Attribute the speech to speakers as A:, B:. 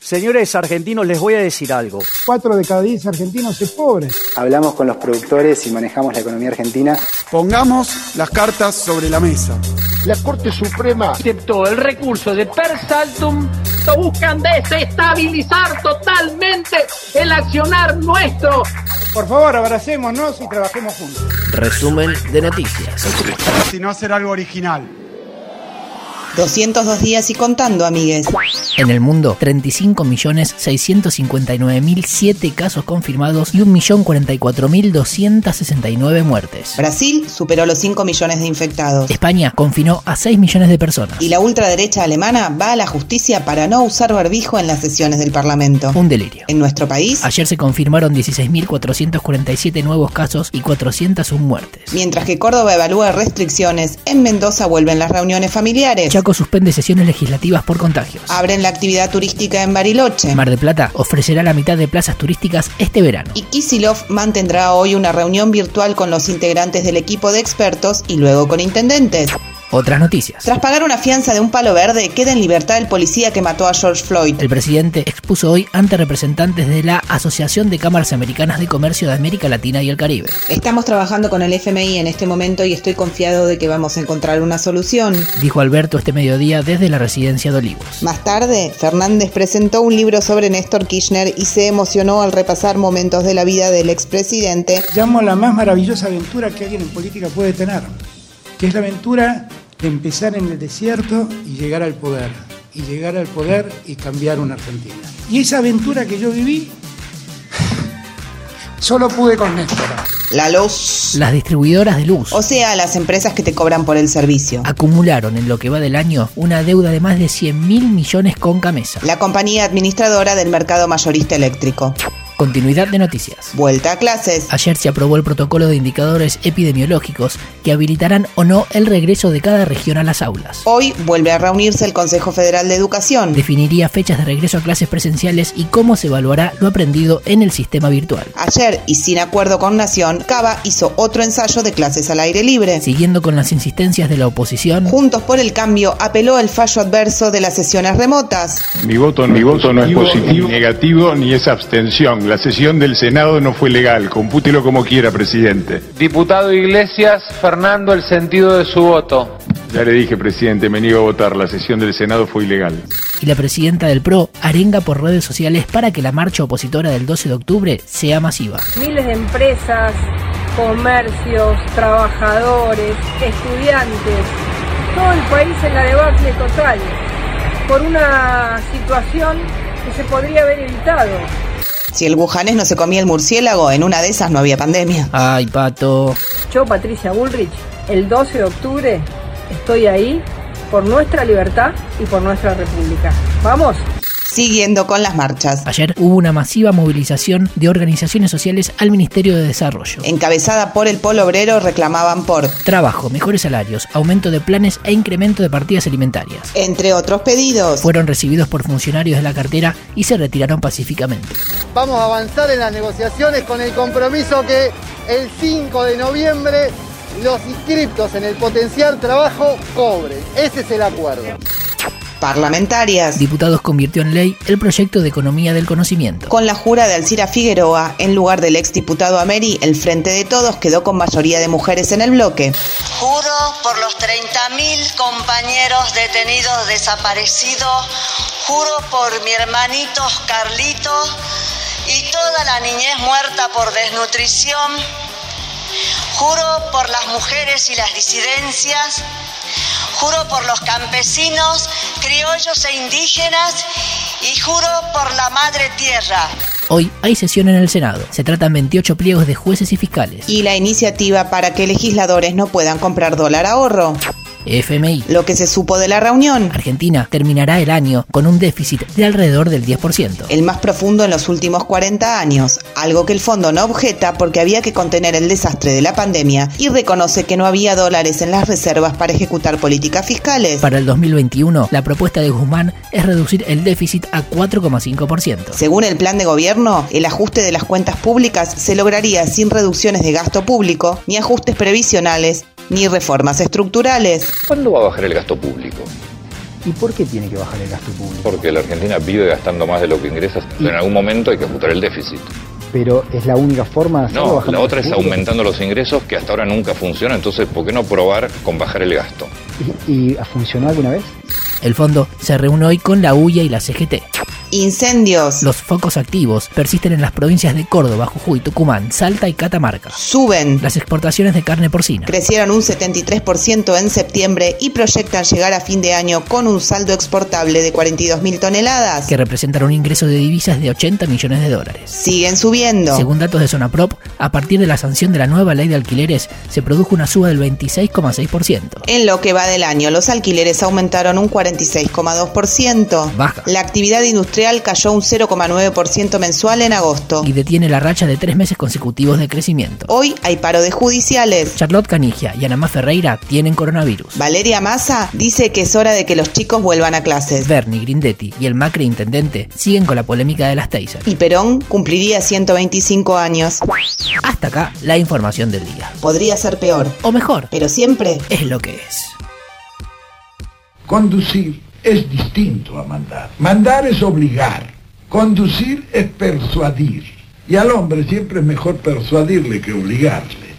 A: Señores argentinos, les voy a decir algo.
B: Cuatro de cada diez argentinos es pobre.
C: Hablamos con los productores y manejamos la economía argentina.
D: Pongamos las cartas sobre la mesa.
E: La Corte Suprema
F: aceptó el recurso de Persaltum. Buscan desestabilizar totalmente el accionar nuestro.
B: Por favor, abracémonos y trabajemos juntos.
G: Resumen de noticias.
D: Si no hacer algo original.
H: 202 días y contando, amigues.
G: En el mundo, 35.659.007 casos confirmados y 1.044.269 muertes.
H: Brasil superó los 5 millones de infectados.
G: España confinó a 6 millones de personas.
H: Y la ultraderecha alemana va a la justicia para no usar barbijo en las sesiones del Parlamento.
G: Un delirio.
H: En nuestro país,
G: Ayer se confirmaron 16.447 nuevos casos y 401 muertes.
H: mientras que Córdoba evalúa restricciones, en Mendoza vuelven las reuniones familiares.
G: Chaco suspende sesiones legislativas por contagios.
H: Abren la actividad turística en Bariloche.
G: Mar del Plata ofrecerá la mitad de plazas turísticas este verano.
H: Y Kisilov mantendrá hoy una reunión virtual con los integrantes del equipo de expertos y luego con intendentes.
G: Otras noticias.
H: Tras pagar una fianza de un palo verde, queda en libertad el policía que mató a George Floyd.
G: El presidente expuso hoy ante representantes de la Asociación de Cámaras Americanas de Comercio de América Latina y el Caribe.
H: Estamos trabajando con el FMI en este momento y estoy confiado de que vamos a encontrar una solución.
G: Dijo Alberto este mediodía desde la residencia de Olivos.
H: Más tarde, Fernández presentó un libro sobre Néstor Kirchner y se emocionó al repasar momentos de la vida del expresidente.
B: Llamo la más maravillosa aventura que alguien en política puede tener, que es la aventura de empezar en el desierto y llegar al poder, y llegar al poder y cambiar una Argentina. Y esa aventura que yo viví, solo pude con Néstor.
H: La luz.
G: Las distribuidoras de luz
H: O sea, las empresas que te cobran por el servicio.
G: acumularon en lo que va del año una deuda de más de 100 mil millones con Camesa.
H: La compañía administradora del mercado mayorista eléctrico.
G: Continuidad de noticias.
H: Vuelta a clases.
G: Ayer se aprobó el protocolo de indicadores epidemiológicos que habilitarán o no el regreso de cada región a las aulas.
H: Hoy vuelve a reunirse el Consejo Federal de Educación.
G: Definiría fechas de regreso a clases presenciales y cómo se evaluará lo aprendido en el sistema virtual.
H: Ayer, y sin acuerdo con Nación, Cava hizo otro ensayo de clases al aire libre.
G: Siguiendo con las insistencias de la oposición,
H: Juntos por el Cambio apeló al fallo adverso de las sesiones remotas.
I: Mi voto, no- mi voto no es positivo, ni negativo, ni es abstención. La sesión del Senado no fue legal. Compútelo como quiera, presidente.
F: Diputado Iglesias, Fernando, el sentido de su voto.
I: Ya le dije, presidente, me niego a votar. La sesión del Senado fue ilegal.
G: y la presidenta del PRO arenga por redes sociales para que la marcha opositora del 12 de octubre sea masiva.
J: miles de empresas, comercios, trabajadores, estudiantes, todo el país en la debacle total, por una situación que se podría haber evitado.
H: Si el bujanés no se comía el murciélago, en una de esas no había pandemia.
G: Ay, pato.
J: Yo, Patricia Bullrich, el 12 de octubre estoy ahí por nuestra libertad y por nuestra república. ¿Vamos?
H: Siguiendo con las marchas.
G: Ayer hubo una masiva movilización de organizaciones sociales al Ministerio de Desarrollo.
H: Eh. Encabezada por el Polo Obrero, reclamaban por,
G: Trabajo, mejores salarios, aumento de planes e incremento de partidas alimentarias.
H: entre otros pedidos,
G: Fueron recibidos por funcionarios de la cartera y se retiraron pacíficamente.
K: Vamos a avanzar en las negociaciones con el compromiso que el 5 de noviembre los inscriptos en el potenciar trabajo cobren. Ese es el acuerdo.
H: parlamentarias.
G: Diputados convirtió en ley el proyecto de economía del conocimiento.
H: Con la jura de Alcira Figueroa, en lugar del exdiputado Ameri, el Frente de Todos quedó con mayoría de mujeres en el bloque.
L: Juro por los 30.000 compañeros detenidos desaparecidos, juro por mi hermanito Carlito y toda la niñez muerta por desnutrición, juro por las mujeres y las disidencias, juro por los campesinos, criollos e indígenas y juro por la madre tierra.
G: Hoy hay sesión en el Senado. Se tratan 28 pliegos de jueces y fiscales.
H: Y la iniciativa para que legisladores no puedan comprar dólar ahorro.
G: FMI.
H: Lo que se supo de la reunión,
G: Argentina terminará el año con un déficit de alrededor del 10%.
H: el más profundo en los últimos 40 años, algo que el fondo no objeta porque había que contener el desastre de la pandemia y reconoce que no había dólares en las reservas para ejecutar políticas fiscales.
G: Para el 2021, la propuesta de Guzmán es reducir el déficit a 4,5%.
H: Según el plan de gobierno, el ajuste de las cuentas públicas se lograría sin reducciones de gasto público, ni ajustes previsionales, ni reformas estructurales.
F: ¿Cuándo va a bajar el gasto público?
M: ¿Y por qué tiene que bajar el gasto público?
I: Porque la Argentina vive gastando más de lo que ingresa. En algún momento hay que ajustar el déficit.
M: Pero es la única forma de hacerlo
I: No,
M: bajando
I: la
M: el
I: otra es
M: gasto público.
I: aumentando los ingresos, que hasta ahora nunca funciona. Entonces, ¿por qué no probar con bajar el gasto?
M: ¿Y, y ha funcionado alguna vez?
G: El fondo se reúne hoy con la UIA y la CGT.
H: Incendios.
G: Los focos activos persisten en las provincias de Córdoba, Jujuy, Tucumán, Salta y Catamarca.
H: Suben.
G: Las exportaciones de carne porcina.
H: Crecieron un 73% en septiembre y proyectan llegar a fin de año con un saldo exportable de 42.000 toneladas.
G: que representan un ingreso de divisas de 80 millones de dólares.
H: Siguen subiendo.
G: Según datos de Zonaprop, a partir de la sanción de la nueva ley de alquileres se produjo una suba del 26,6%.
H: En lo que va del año, los alquileres aumentaron un 46,2%.
G: Baja.
H: La actividad industrial cayó un 0,9% mensual en agosto.
G: Y detiene la racha de tres meses consecutivos de crecimiento.
H: Hoy hay paro de judiciales.
G: Charlotte Canigia y Anamá Ferreira tienen coronavirus.
H: Valeria Massa dice que es hora de que los chicos vuelvan a clases.
G: Bernie Grindetti y el Macri intendente siguen con la polémica de las Taser.
H: Y Perón cumpliría 125 años.
G: Hasta acá la información del día.
H: Podría ser peor,
G: O mejor,
H: pero siempre
G: es lo que es.
B: Conducir es distinto a mandar. Mandar es obligar. Conducir es persuadir. Y al hombre siempre es mejor persuadirle que obligarle.